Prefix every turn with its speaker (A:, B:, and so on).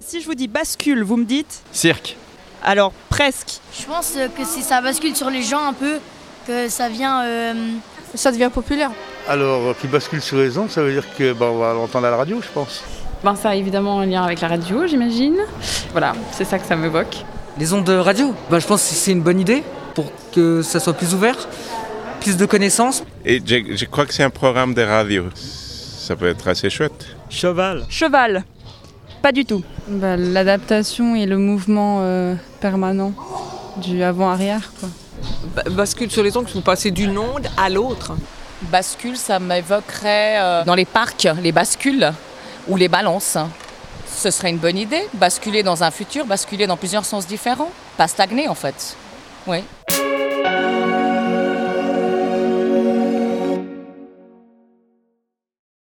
A: Si je vous dis bascule, vous me dites
B: Cirque.
A: Alors presque.
C: Je pense euh, que si ça bascule sur les gens un peu, que ça vient. euh,
D: Ça devient populaire.
E: Alors, euh, qui bascule sur les ondes, ça veut dire que bah, on va l'entendre à la radio, je pense.
F: Ben ça a évidemment un lien avec la radio, j'imagine. Voilà, c'est ça que ça m'évoque.
G: Les ondes de radio bah, Je pense que c'est une bonne idée pour que ça soit plus ouvert, plus de connaissances.
H: Et je, je crois que c'est un programme de radio. Ça peut être assez chouette.
B: Cheval.
A: Cheval. Pas du tout.
D: Bah, L'adaptation et le mouvement euh, permanent du avant-arrière. quoi.
I: bascule sur les ondes, vous passez d'une onde à l'autre. Bascule, ça m'évoquerait euh, dans les parcs, les bascules ou les balances. Ce serait une bonne idée, basculer dans un futur, basculer dans plusieurs sens différents, pas stagner en fait. Oui.